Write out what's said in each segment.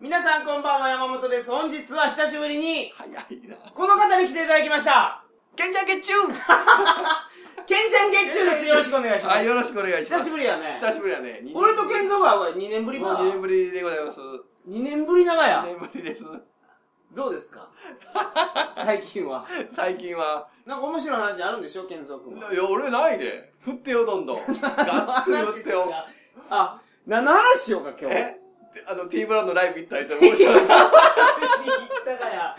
皆さんこんばんは、山本です。本日は久しぶりに、早いな。この方に来ていただきました。ケンジャンケッチケンちゃん月中です。よろしくお願いしュまあ、す。よろしくお願いしま久す。しぶりやね。久しぶりやね。二年俺と健三が2年ぶりもうか。 2年ぶりでございます。2 2年ぶり長や。年ぶりです。どうですか 最近は。最近は。なんか面白い話あるんでしょ、健三君いは。や、俺ないで。振ってよ、どんどん。ガッツリ振ってよ。あ、何の話しようか、今日。 えてあの、T ブランドライブ行ったりとか面白い。行ったかや。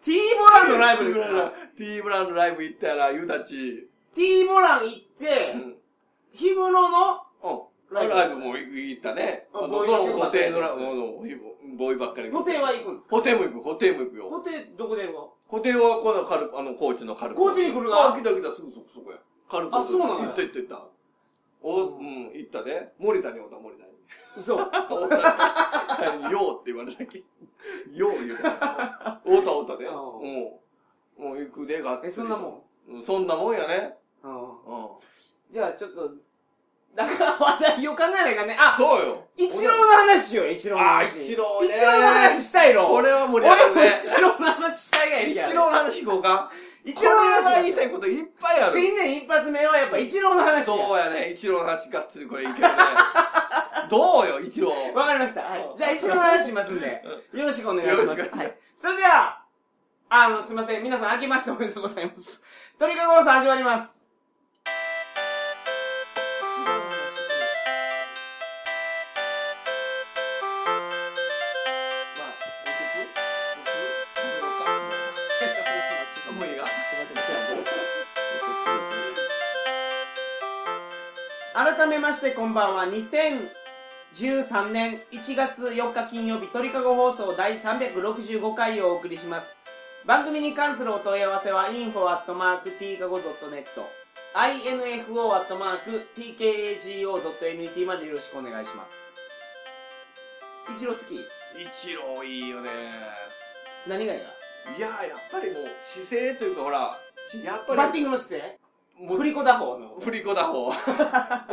T ボランのライブですから T ブランドライブ行ったら、ゆうたち。 T ボラン行っうて、ん。ヒムロの、うライん。ブライブも行ったね。ああボーのイそのば補っかり填のライブ、うんボーイばっかり。ホテルは行くんですか補填も行く、補填も行くよ。ホテルどこでやるか固定はこのカルあの、高知のカル高知に来るがあ、来た来た、すぐそこそこや。カルあそうなのや行った行った行った。お、ううんん、行ったね。森田におった、森田 に。嘘。おったねようって言われたっけ。よう言うた。おったおったで。ああうん。もう行くで、がっつえ、りそんなもん。うん。そんなもんやね。うん。うん。じゃあちょっと、なんか話題を考えないかね。あ、そうよ。一郎の話しよう、一郎の話。あーイチローねイチローの話したいろ。これは盛り上俺がるもね。一郎の話したいがいるやん。一郎の話聞こうか。イこチロれーの話は言いたいこといっぱいある。新年一発目はやっぱ一郎の話や。そうやね。一郎の話がっつりこれいけるね。どうよ、一郎。わかりました。はい。じゃあ、一郎の話しますんで、よろしくお願いしまよろすし。くはい。それでは、あの、すいません。皆さん、明けましておめでとうございます。鳥かご放送始まります。まあ、置いてく置いてく食べようかもういいが改めまして、こんばんは。2013年1月4日金曜日、鳥かご放送第365回をお送りします。番組に関するお問い合わせは info.tkago.net info.tkago.net までよろしくお願いします。一郎好き一郎いいよね何がいいいややっぱりもう姿勢というかほらやっかバッぱテりィングの姿勢もう振り子打法の。振り子打法オ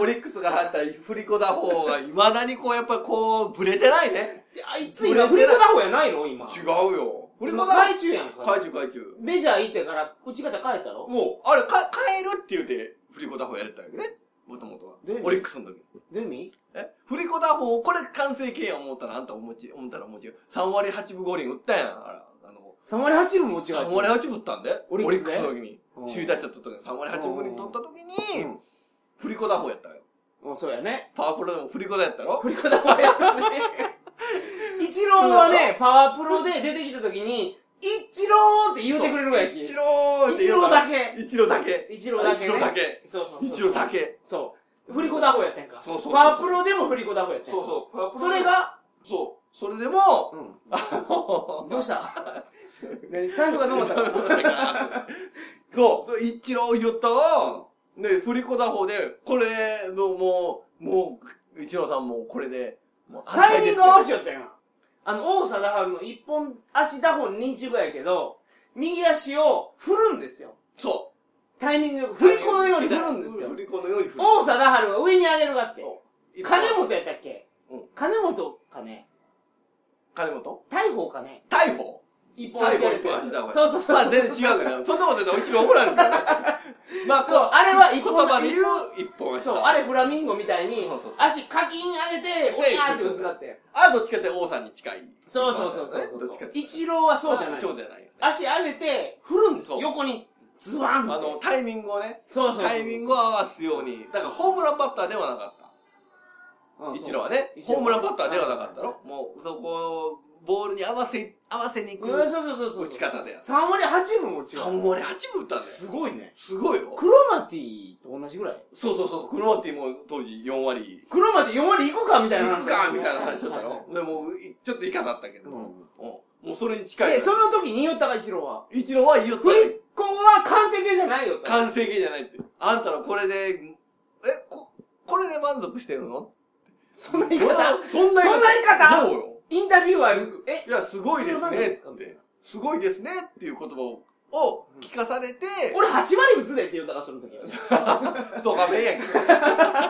リックスが入った振り子打法がいまだにこうやっぱこうブレてないねいや、あいつ今振り子打法やないの今。違うよ振り子打法。海中やんか。海中海中メジャー行ってから打ち方変えたろもうあれか変えるって言うて振り子打法やれたよねもともとはどういう意味オリックスの時どういう意味え振り子打法、これ完成形や思ったら、あんたお持ち、思ったらお持ちよ。3割8分5厘打ったやん、あら。あの、 ?3 割8分も違う。 3割8分打ったんで、オオリリックックススねの時に。うん首位打者取った時に、3割8分5厘取った時に、振り子打法やったよ。うん。うん、そうや ね。パワープロでも振り子打やったろ振り子打法やったね。イチローはね、パワープロで出てきた時に、イチローって言うてくれるわやき。一イ郎チローだけ。け。一郎だけ。イチローだけね一郎だけ。そうそうそう。一郎だけ。そう。振り子打法やったんか。そうそうそうそうパワープロでも振り子打法やったんそうそう。パうワープロそれ、が、そう。それでも、 うん。あのどうした 何最後が飲まったのそう、そう一郎言ったわ。で、振り子打法で、これ、もう、もう、もう、一郎さんもこれで、もう 安タ泰イミでンすグ合わせよったやん。あの、王貞治の一本足打法認知後やけど、右足を振るんですよ。そタイミングよく。う。振り子のように振るんですよ振。り子のように振る。王貞治は上に上げるがって。そう金本やったっけうん金本かね金本大砲かね逮捕一本足やるってやつ大砲一本足打そう法そうそう。まあ全然違うけ ど、そんなこと言ったら一郎怒られるけどね。まあ、そう、こあれはう、一言本葉で言う一本足そう、あれフラミンゴみたいにそうそうそう、足カキン上げて、そうおやーってぶつかって。あれどっちかって王さんに近い。そうそうそうそうどっちかそっう。て。一郎はそうじゃないでそうすじゃ。ないよね。足上げて、振るんですよ。そう横に、ズワンあって。の、タイミングをね、そうそうそうそうタイミングを合わすように。だからホームランバッターではなかった。うん一郎はね、一郎ホームランバッターではなかったろもう、そこ、ボールに合わせ、合わせに行うんうんくそうそうそうそう。打ち方でやる。 3割8分も違う。 3割8分打ったんだよ。すごいね。すごいよ。クロマティと同じぐらい。そうそうそう、クロマティも当時4割。クロマティ4割いくかみたいな行話。くかみたいな話だったはいよ。でも、いちょっといかだったけど。ううんんもうそれに近はいい。で、その時に言ったが一郎は。一郎は言いよった振ねり子は完成形じゃないよと。完成形じゃないって。あんたらこれで、え、こ、これで満足してるのそんな言い方。そんなそんな言い方そうよ。インタビューは、えいや、すごいでそれすは何ねでっすかて。すごいですねっていう言葉を、を聞かされて、 俺8割打つでって言ったから、その時は。とかめやんけ。 4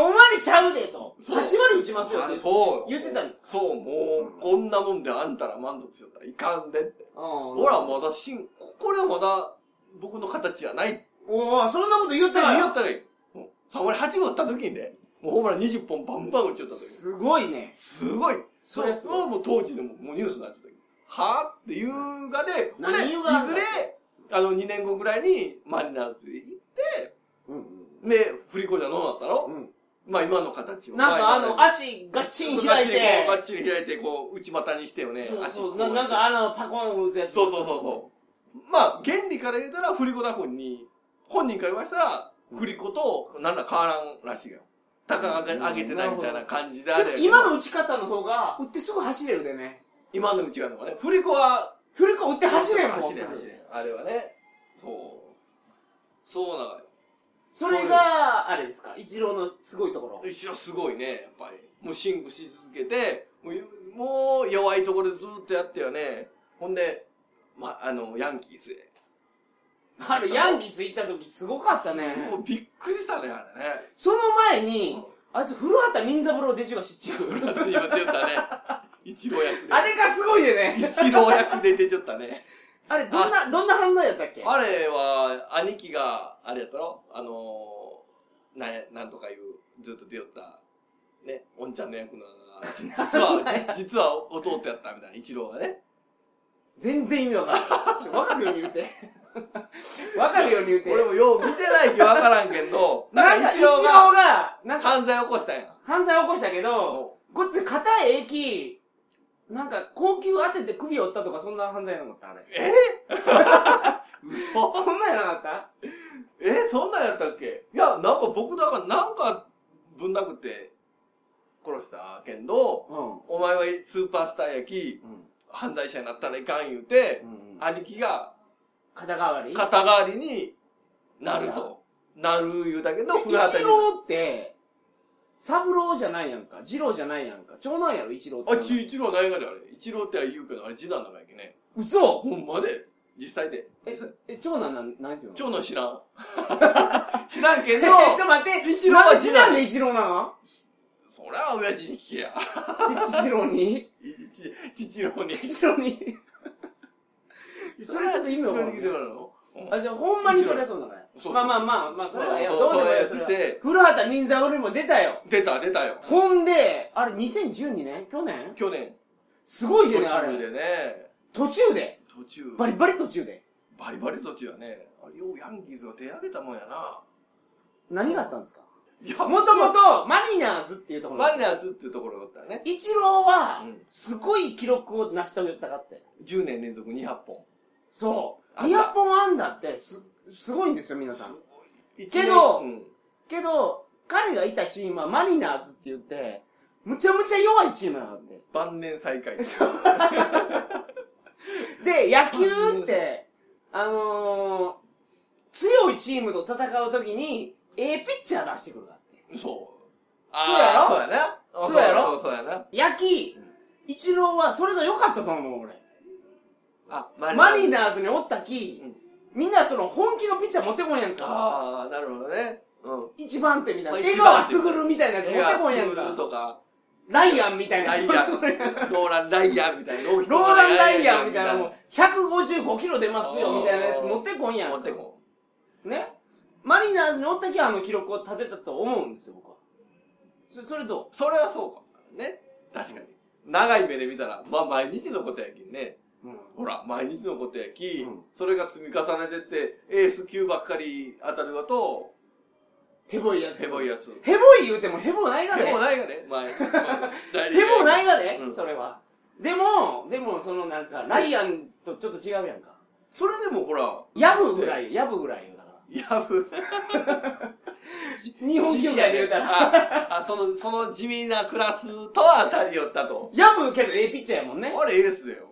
割ちゃうでと。8そう割打ちますよって言って。そう。言ってたんですかそう、もう、こんなもんであんたら満足しよったらいかんでって。ほほら、まだしん、ここれはまだ僕の形じゃないっておお、そんなこと言ったか言ら。ったらいい。うん3割8分打った時にね、もうホームラン20本バンバン打っちゃった時。すごいね。すごい。そそりれゃそうはもう当時でももうニュースになっちゃったけどはぁっていうがで、ほんで何言うがあんいだずれ、あの、2年後ぐらいにマリナーズ行って、うんで、振り子じゃどうなったの、ん。まあ今の形を。なんかあの、前々足ガッチン開いて。ガッチリ開いて、こう、内股にしてよね。そうそう。足こななんかあの、パコン打つやつ。そうそうそうそう。まあ、原理から言うたら、振り子だ本に、本人から言わせたら、振り子と、なんら変わらんらしいよ。高が上げ上げてないみたいな感じであちょれっやとけど今の打ち方の方が、打ってすぐ走れるでね。今のうちがのがね、振り子は振り子打って走れる走れ走れあれはねそうそうなのよそれが、あれですか、イチローのすごいところ。後ろすごいねやっぱりもう進歩し続けてもうもう弱いところでずっとやってよねほんで、ま、あのヤンキースへあれ、ヤンキース行った時すごかったね。もうびっくりしたねあれねその前に、あいつ古畑任三郎弟子が知ってる。裏で今出てたね一郎役 であれがすごいでね。一郎役で出てったねあれ、どんな、どんな犯罪やったっけあれは兄貴があれやったろあのー、なんやなんとかいうずっと出よったねおんちゃんの役の実はじ実は弟やったみたいな一郎がね全然意味わかんない。ちょわかるように言うて。わかるように言うて。 俺もよう見てないけど分からんけん どなんか、イチローが、なんか、犯罪起こしたんや犯罪起こしたけど、おこっち硬い駅、なんか、高級当てて首折ったとか、そんな犯罪やなかったあれ。え嘘 そんなんやなかったえそんなんやったっけいやなんか僕だからなんかぶん殴って殺したけんどうん。お前はスーパースターやきうん。犯罪者になったらいかん言うて、うん兄貴が肩代わり肩代わりになると。なる言うだけど、古畑一郎って、三郎じゃないやんか。二郎じゃないやんか。長男やろ、一郎って。あ、ち、一郎何がであれ一郎って言うけど、あれ次男なわけね。嘘ほんまで。実際で。え実際、え、長男なん、なんていうの長男知らん。 知らんけ ど、えちょっと待って、一郎はなんで次次男男で一郎なのそりゃ親父に聞けや。ち、一郎 にち父郎に。一郎に それちょっと意味わかん父郎に聞いてない。もらうのうんあ、じゃあほんまにそれはそうなのねそうそうまあまあまあ、まあ、それはいや、そうどうでもいいよ、そそれうやはって。古畑任三郎にも出たよ。出た、出たよ。ほんで、あれ2012年去年去年、すごい途でね、あ中れ。でね、途中で。途中、バリバリ途中で。バリバリ途中やね。あれ、ようヤンキーズが手上げたもんやな。何があったんですかいやもともと、マリナーズっていうところ。マリナーズっていうところだったよね。イチローはうん、すごい記録を成し遂げたかって。 10年連続200本。そう。安打200本安打って、す、すごいんですよ、皆さん。けけどうん、けど、彼がいたチームはマリナーズって言って、むちゃむちゃ弱いチームなんで。晩年最下位。で、野球って、あのー、強いチームと戦うときに、ええピッチャー出してくるからって。そう。あーそうやな。そうやろそうやな。野球、イチローはそれが良かったと思う、俺。あ、ママリーズ。ナーズにおったき、うんみんなその本気のピッチャー持ってこんやんか。ああ、なるほどね。うん。一番手みたいな。まあ江川一番手卓みたいなやつ持ってこんやんエアスールか。とか、ライアンみたいなラやイつア持ってこんやんン、ローラン・ライアンみたいな。ロローラン・ライアンみたいなもん、155キロ出ますよみたいなやつ持ってこんやんか。持ってこねマリナーズにおったきはあの記録を立てたと思うんですよ、僕は。そそれどう。それはそうか。ね。確かに。長い目で見たら、まあ毎日のことやけんね。う、ほら、毎日のことやき、うんそれが積み重ねてって、エース級ばっかり当たるわと、ヘボいやつ。ヘボいや つ。ヘボい言うてもヘボないがね。ヘヘボボないがね、前。。ないいがね、うんそれは。でも、でもそのなんか、ライアンとちょっと違うやんか。それでもほら、ヤブぐらいよ、ヤブぐらいよ、だから。ヤブ。日本球界で言うたら。ら。 あ、その、その地味なクラスと当たりよったと。ヤブけどええピッチャーやもんね。あれエースだよ。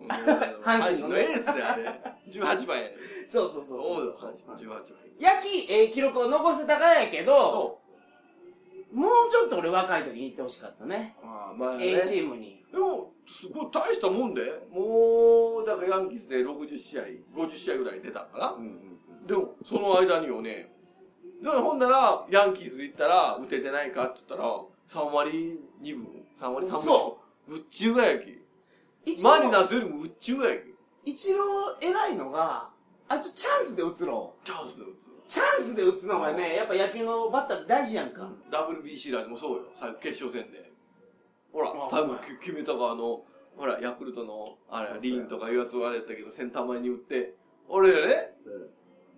阪神のねエースだよ、あれ。18番やね。そうそうそうそうだそよう、阪神の18番。ヤキ、ええ記録を残せたからやけど、と、もうちょっと俺若い時に行ってほしかったね。ああ、まあ、ね。 A チームに。でも、すごい大したもんで。もう、だからヤンキースで60試合、50試合ぐらい出たんかなう。んうんでも、その間によね、だからほんなら、ヤンキース行ったら、打ててないかって言ったら、3割2分、3割3分。嘘う。っちゅうがやき。うん。マリナーズよりもうっちゅうがやき。一郎偉いのが、あ、ちょ、チャンスで打つろチャンスで打つ。チャンスで打つのがね、やっぱ野球のバッター大事やんか。 WBC なんでもそうよ、最後決勝戦で。ほらあ、最ほん後まやき決めたか、あの、ほら、ヤクルトの、あそうそれ、うリーンとかいうやつをあれやったけど、センター前に打って、俺らね、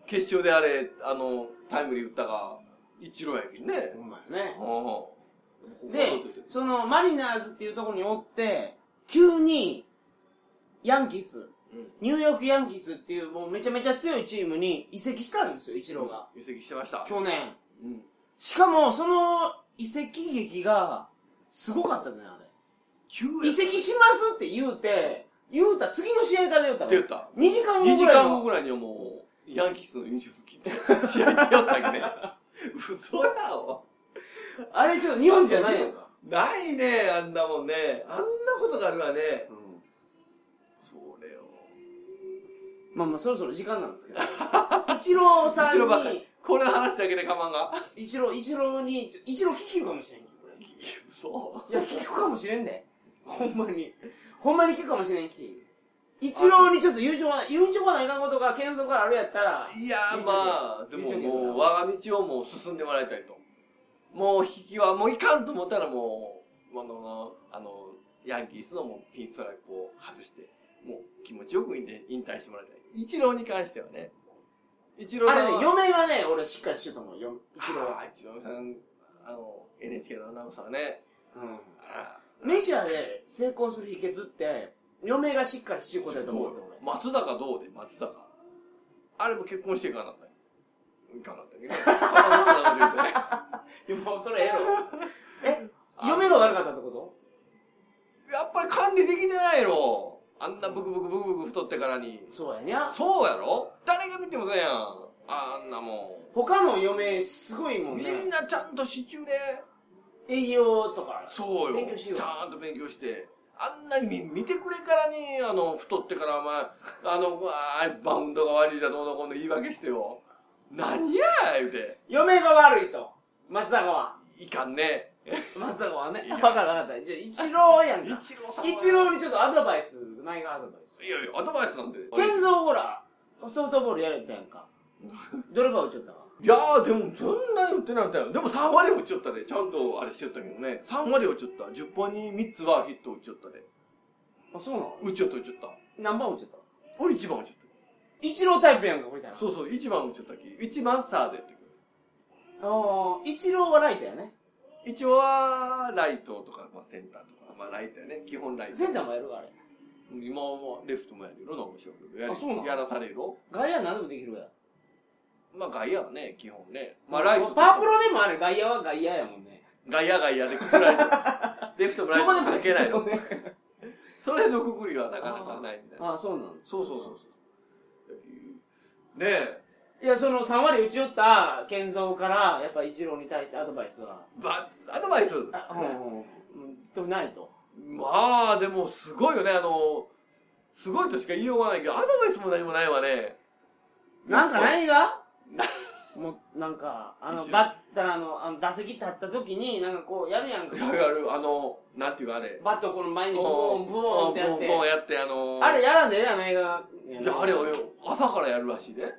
決勝であれ、あの、タイムリー打ったが、一郎やけんね。ほんまやね。うん。でここ取っといて、そのマリナーズっていうところにおって、急に、ヤンキース、うんニューヨークヤンキースっていうもうめちゃめちゃ強いチームに移籍したんですよ、イチローが。移籍してました。去年。うん。しかも、その移籍劇が、すごかったね、あ急れ。移籍しますって言うて、言うた、次の試合から言うたっの。て言った。 2時間後2時ぐらい間後のぐらいにはもう、ヤンキースのユニフォー ム着て、試合にやったけどね。嘘だわ。あれちょっと日本じゃないのか。ないね、あんなもんね。あんなことがあるわね。それを。まあまあ、そろそろ時間なんですけ ど。一郎さん一郎ばっかりに、。これの話だけで構わんが。一郎、一郎に、ちょ一郎聞くかもしれんき、これ。嘘。いや、聞くかもしれんで。ほんまに。ほんまに聞くかもしれんき。一郎にちょっと友情は、友情がないかんことが、謙遜からあるやったら、いやーまあ、で見もとけもう、我が道をもう進んでもらいたいと。もう、引きはもういかんと思ったらもう、あの、あの、ヤンキースのもうピンストライクを外して、もう気持ちよく引退してもらいたい。一郎に関してはね。一郎あさんれはね、嫁がね、俺しっかりしてると思うよ、一郎はあ。ー一郎さん、あの、NHK のアナウンサーね。うん。あメジャーで成功する秘訣って、嫁がしっかりしてるーことだと思うよ、俺。松坂どうで、松坂。あれも結婚していかなかったよ。いかなかったけど。片言なこと言うてねいや、もうそれええろ。あ嫁が悪かったってことやっぱり管理できてないやろ。あんなブクブクブクブク太ってからに。そうやにゃ。そうやろ誰が見てもそうやん。あんなも他の嫁、すごいもん。んみね。んなちゃんと支柱で。栄養とか。そうよ。勉強しようちゃんと勉強して。あんなに見見てくれからに、あの、太ってからお前、あの、うわーバウンドが悪いじゃどうのこうの言い訳してよ。何や言うて。嫁が悪いと。松坂は。いかんね。松坂はね。いやわかるわかった。じゃあ、一郎やん一郎か。さんは。一郎にちょっとアドバイス、ないがアドバイス。いやいや、アドバイスなんで。健三ほら、ソフトボールやれたやんか。どれば打ちょったわ。いやー、でもそんなに打ってなかったよ。でも3割打ちよったで。ちゃんとあれしよったけどね。3割打ちよった。10本に3つはヒット打ちよったで。あ、そうなの打ちよった打ちよった。何番打ちょった俺1番打ちよっ一郎タイプやんか、みたいた。な。そうそう、1番打ちよったき。1番サーでやってくああ、一郎はライトやね。る。一応は、ライトとか、まあ、センターとか。まあ、ライトやね。基本ライト。センターもやるわ、あれ。今はもうレフトもやるよ。なんかしようけど。やりあそうなのやらされるよ。外野は何でもできるやん。まあ、外野はね、基本ね。まあ、ライトとしてパワープロでもあれ、外野は外野やもんね。外野外野でくく られてる。レフトもライトも関係ないの。ね。それのくくりはなかなかないみたいな。ああ、そうなんです。そうそうそうそう。ねえ、いや、その3割打ち寄った健三から、やっぱ一郎に対してアドバイスは、ば、アドバイス。あ、うん、うん、とないと。まあ、でもすごいよね、あの、すごいとしか言いようがないけど、アドバイスも何もないわね。なんかい何 がもう、なんか、あの、一郎バッターの、あの、打席立った時に、なんかこう、やるやんか。やるやる、あの、なんていうかあれ。バットこの前にブオン、ブオンってやっブオンブオンて。やって、あの、あれやらんでええやん、映画。いや、あれをよ朝からやるらしいね。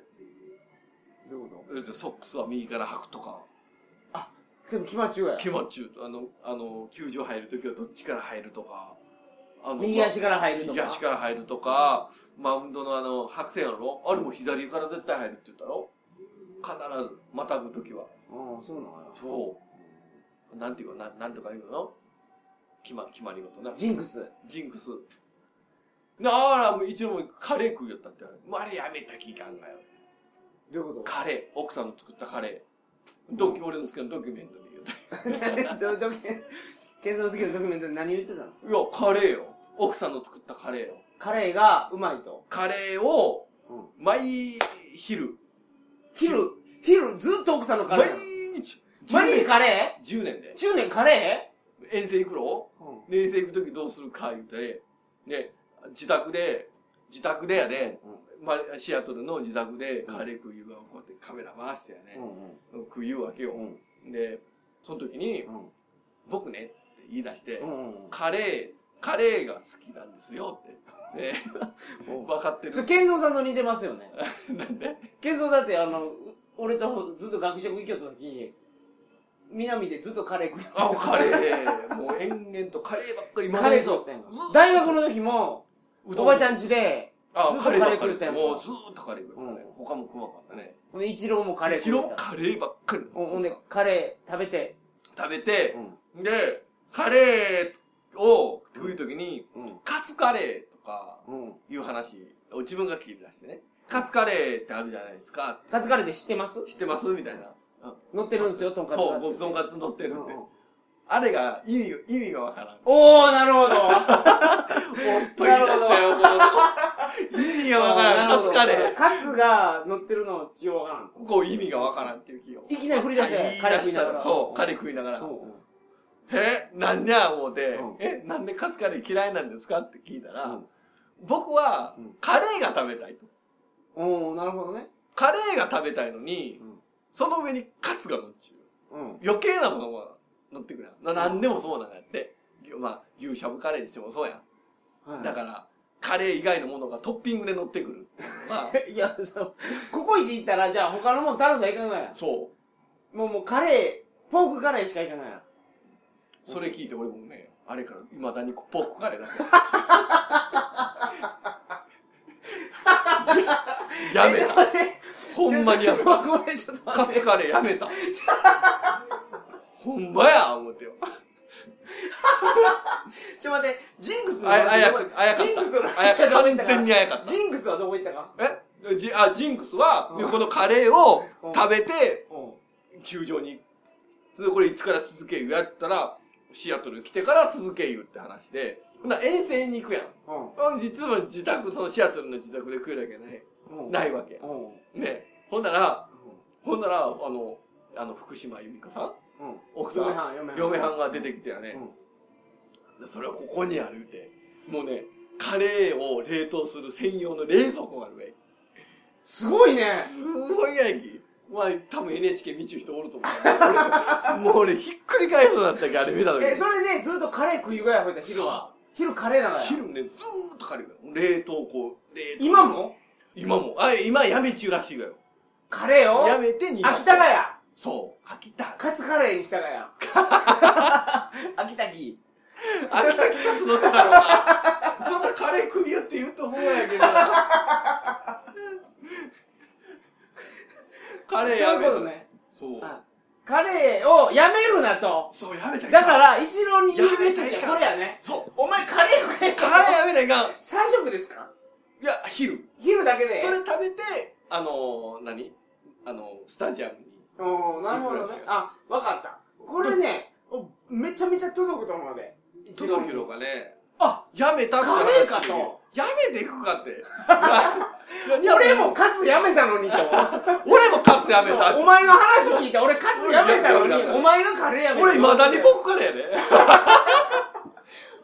どういうこソックスは右から履くとか、と全部決まっちゅうやん気。持ちゅうと、あの、あの、球場入るときはどっちから入るとか、あの右足から入ると右か。足から入るとか、マウンドのあの、白線やろあれも左から絶対入るって言ったろ必ず、またぐときは。ああ、そうなのよ。そう。なんていうか、ななんとか言うの決ま決まり事な。ジンクス。ジンクス。なあら、もう一応もうカレー食うよったって言われる。もうあれやめたきいかんがよ。どういうこカレー、奥さんの作ったカレー。ドキ、俺の好きなドキュメントで言うた。と どういうドキュメント健三好きのドキュメントで何言ってたんですかいや、カレーよ。奥さんの作ったカレーよ。カレーがうまいと。カレーを、うん毎昼、昼、昼ずっと奥さんのカレー毎やん。日、毎日カレ10年ーで ?10 年カレ遠征行くろー、うん、遠征行く時どうするか言うてね自宅で自宅でやで、まあ、シアトルの自宅でカレー食いがこうやってカメラ回してやね、食い言うわけよ、でその時に「僕ね」って言い出して、カレーカレーが好きなんですよ」って、ね、 分かって それ、る健三さんと似てますよね。なんで健三だって、あの、俺とずっと学食行きよった時、南でずっとカレー食いよったあカレーもう延々とカレーばっかり今カまレでーそうずーっと大学の時も、うおばちんゃん家で、あずっとカレーばっカかレー食りうたやんかもうずーっとカレーばっかり、うん他も食わんかったね一郎もカレー一食応べた。カレーばっかりほんほんで、カレー食べて。食べてう、ん。でカレーを食う時に、うん。カツカレーとかうん。いう話を自分が切り出してねカツカレーってあるじゃないですかカツカレーで知ってます知ってますみたいな乗ってるんですよ、とんかつが。そう僕とんかつ乗ってるうんんでうんあれが意味意味がわからんお ー、なる ほど。と言い出したよ、この意味が わからん。カツカレカツが乗ってるの、ようわからんと。ー。こう意味がわからんっていう気を。いきなり振り出して言い出カレー食いながらそう、カレー食いながら。うんうんえ、なんにゃ思うてうん、え、なんでカツカレー嫌いなんですかって聞いたうらん、僕はうんカレーが食べたいと。おー、なるほどね。カレーが食べたいのにうん、その上にカツが乗っちゅう。うん。余計なものが乗ってくるやん。ななんでもそうなんやって。まあ、牛しゃぶカレーにしてもそうやん。はいだから、カレー以外のものがトッピングで乗ってくる。 まあ、いや、そう、ココイチ行ったら、じゃあ他のもん頼んだらいかんがや。そう。もうもうカレー、ポークカレーしかいかんがや。それ聞いて俺もね、あれから未だにポークカレーだ け。やめちょっとた。待ってほんまにやめ ちょた。っとごめん、ちょっとカ待ツって。カレーやめた。ほんまや、思ってよ。ちょっと待って、ジンクスああやか、あやかジンクスのった。あや話はどこ行完ったか全にあやかった。ジンクスはどこ行ったかえじあ、ジンクスはうん、このカレーをうん食べて、うん。球場に。それでこれいつから続け言うやったら、シアトル来てから続け言うって話で、ほんなら遠征に行くやん。実は自宅、そのシアトルの自宅で食えるわけない。うん。ないわけやう。ん。うん。ね。ほんなら、ほんなら、あの、あの、福島由美子さんうん。奥さ嫁んはん、嫁はん。嫁はんが出てきてやね。でそれはここにあるって。もうね、カレーを冷凍する専用の冷蔵庫があるわけ。すごいね。すごいやんき。まあ、多分 NHK 見ちゅう人おると思う。もう俺、ひっくり返りそうだったっけ、あれ見た時え、それでずっとカレー食い具合ほいた、昼は。昼カレーながら。昼ね、ずーっとカレーが。冷凍庫、冷凍今も今も。あ、今やめちゅうらしいわよ。カレーをやめてに。秋田がやや。そう。秋田。カツカレーにしたが や。秋田木。秋田北津のだろうな。そんなカレー食いよって言うと思うんやけどな。カそうレーいやうめことた。ね。そう。はいカレーをやめるなと。そう、やめたいだか、ら、一郎に言うべきやめたいはかこれやね。そう。お前カレー食えカカレレーーやめないかん。三食ですかいや、昼。昼だけで。それ食べて、あのー、何あのー、スタジアムに。おーなるほどね。あ、わかった。これね、おめちゃめちゃ届くと思うので。一郎届にけろかね。あ、やめたって話カレーかと。やめていくか って。俺もカツやめたのにと。 俺もカツやめたそうお。前の話聞いて、俺カツやめたのに、やめたお前がカレーやめた。俺、未だにポックカレーやで。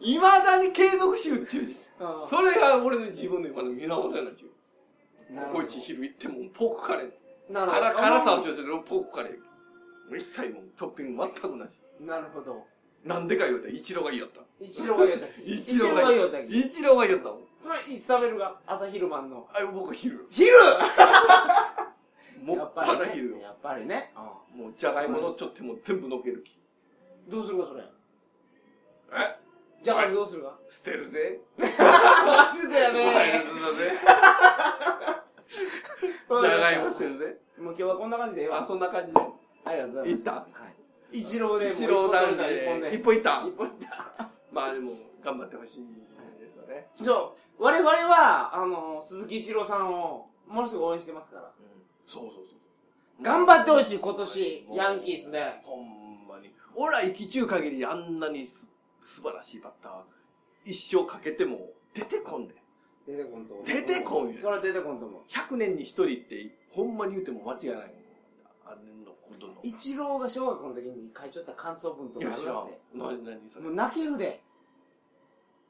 未だに継続しようっちゅう。うんそれが俺の自分の今の源やなっちゅう。なるほこどいち昼行ってもポークカレー。なるほど辛辛さを調整するポークカレー。もう一切もうトッピング全くなし。なるほど。なんでか言うたら、イチローが言いよった。一郎が言うたき。一郎が一言うたき。イチローが言いよったもん。それ、いつ食べるが朝昼晩の。あ、僕昼。昼もやっっぱぱりらね昼よ。やっぱりね。もうじゃがいものっちょっても全部のっける気。どうするか、それ。えじゃがいもどうするか。捨てるぜ。あ、出てやワイルドだ ぜ。わかりましたじゃがいも捨てるぜ。もう今日はこんな感じでええわあ、そんな感じで。ありがとうございます。いったはい。一郎で、一郎男児一本でで。一歩いった一本で。まあでも頑張ってほしいですよね、そう。我々は、あの、鈴木一郎さんを、ものすごく応援してますから。そうそうそう頑張ってほしい、今年、ヤンキースで。ほんまに俺は生きちゅう限りあんなにす素晴らしいバッター一生かけても出てこんで出てこんと思う出てこんよそれは出てこんと思う。 100年に1人ってほんまに言うても間違いないあれのことの。イチローが小学校の時に書いちゃった感想文とかよあしるわよっ。な、なにてそれもう。泣けるで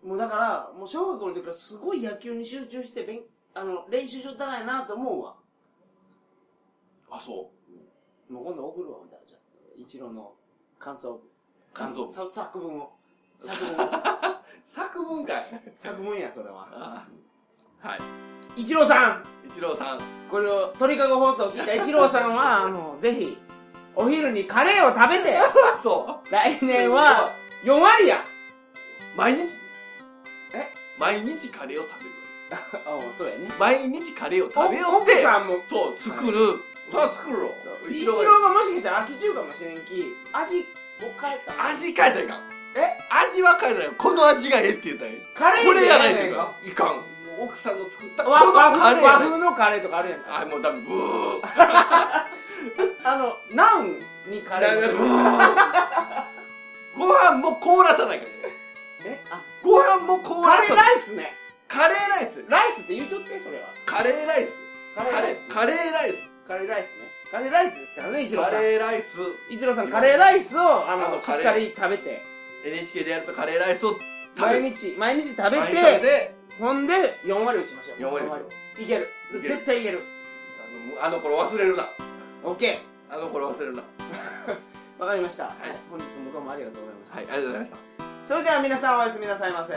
もうだからもう小学校の時からすごい野球に集中して勉あの練習しとったらやなと思うわあ、そもう今度送るわみたいなじゃあイチローの感想感想文さ作文 を作文をう。作文かい。作文やそれは ああはイチローさんい。一郎さん。 これを鳥かご放送を聞いたイチローさんはあのぜひお昼にカレーを食べ てそ来年は4割やう。毎日え毎日カレーを食べる。あそうやね毎日カレーを食べようっ奥て。さんもそう、作る。そら作るろそう。イ一チ郎ローがもしかしたら秋中かもしれんき味を変えた味変えたらいかん。え味は変えたらいかん。この味がええって言ったらいい。カレーこれやないねとんいかん。いかん。もう奥さんの作ったこ和の和カレ風ーや和ない。風のカレーとかあるやんかあ、もうダメ。ブー。あのナンにカレーなんかもう ご飯も凍らさないからね。えあご飯も凍カらレーさない。ライスねカレーライス。ライスって言うちょってそれはカレーライス。カレーライスねカレーライス。カレーライスねカレーライスですからねイチローカさんレーライス。イチローさんカレーライスをああののしカっレーかり食べて NHK でやるとカレーライスを食べ毎日毎日食べ毎日食べててほんで4割打ちましょう4割打つよいけるいける絶対いけるあのあの頃忘れるな。オッケあの頃忘れるな。ーわかりました、はい本日もどうもありがとうございました、はい、ありがとうございました。それでは皆さんおやすみなさいませ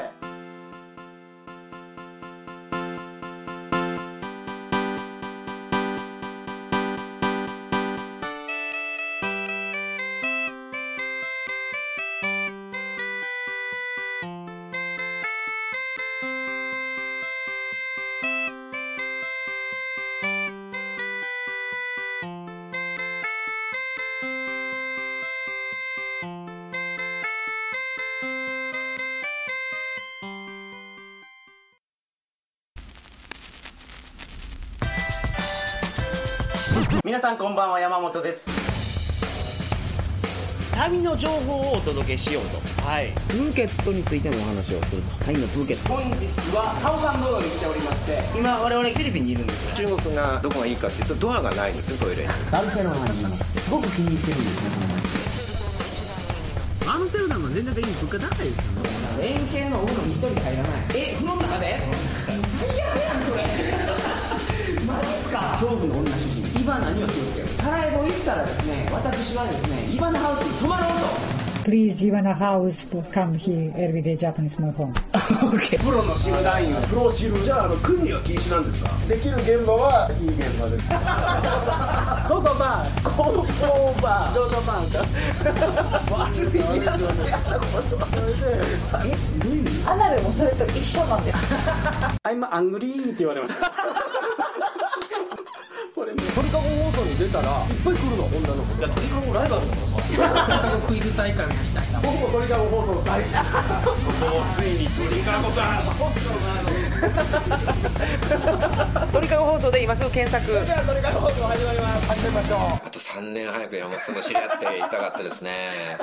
皆さんこんばんは山本です旅の情報をお届けしようとはいプーケットについてのお話をするとタイのプーケット本日はカオサン道路に来ておりまして今我々フィリピンにいるんです中国がどこがいいかっていうとドアがないんですよトイレにバルセロナにいますすごく気に入ってるんですねこの街バルセロナも全体的に物価高いですよね連携の音楽一人入らないえ風呂の中で恐怖の女主人イバナには気をつけるサラエボ行ったらですね私はですねイバナハウスに泊まろうと Please, even a house to come here every day, Japanese my home. プロの知る団員はプロシルじゃああの訓には禁止なんですかできる現場はいい現場ですココバーココバードドバーか悪いやつやなことえどういう意味アナルもそれと一緒なんです I'm angry って言われました鳥かご放送に出たらいっぱい来るの女の子いや鳥かごライバルだからさ鳥かごクイズ大会をしたいな僕も鳥かご放送大好き鳥かご放送で今すぐ検索あと3年早く山本さんと知り合っていたかったですね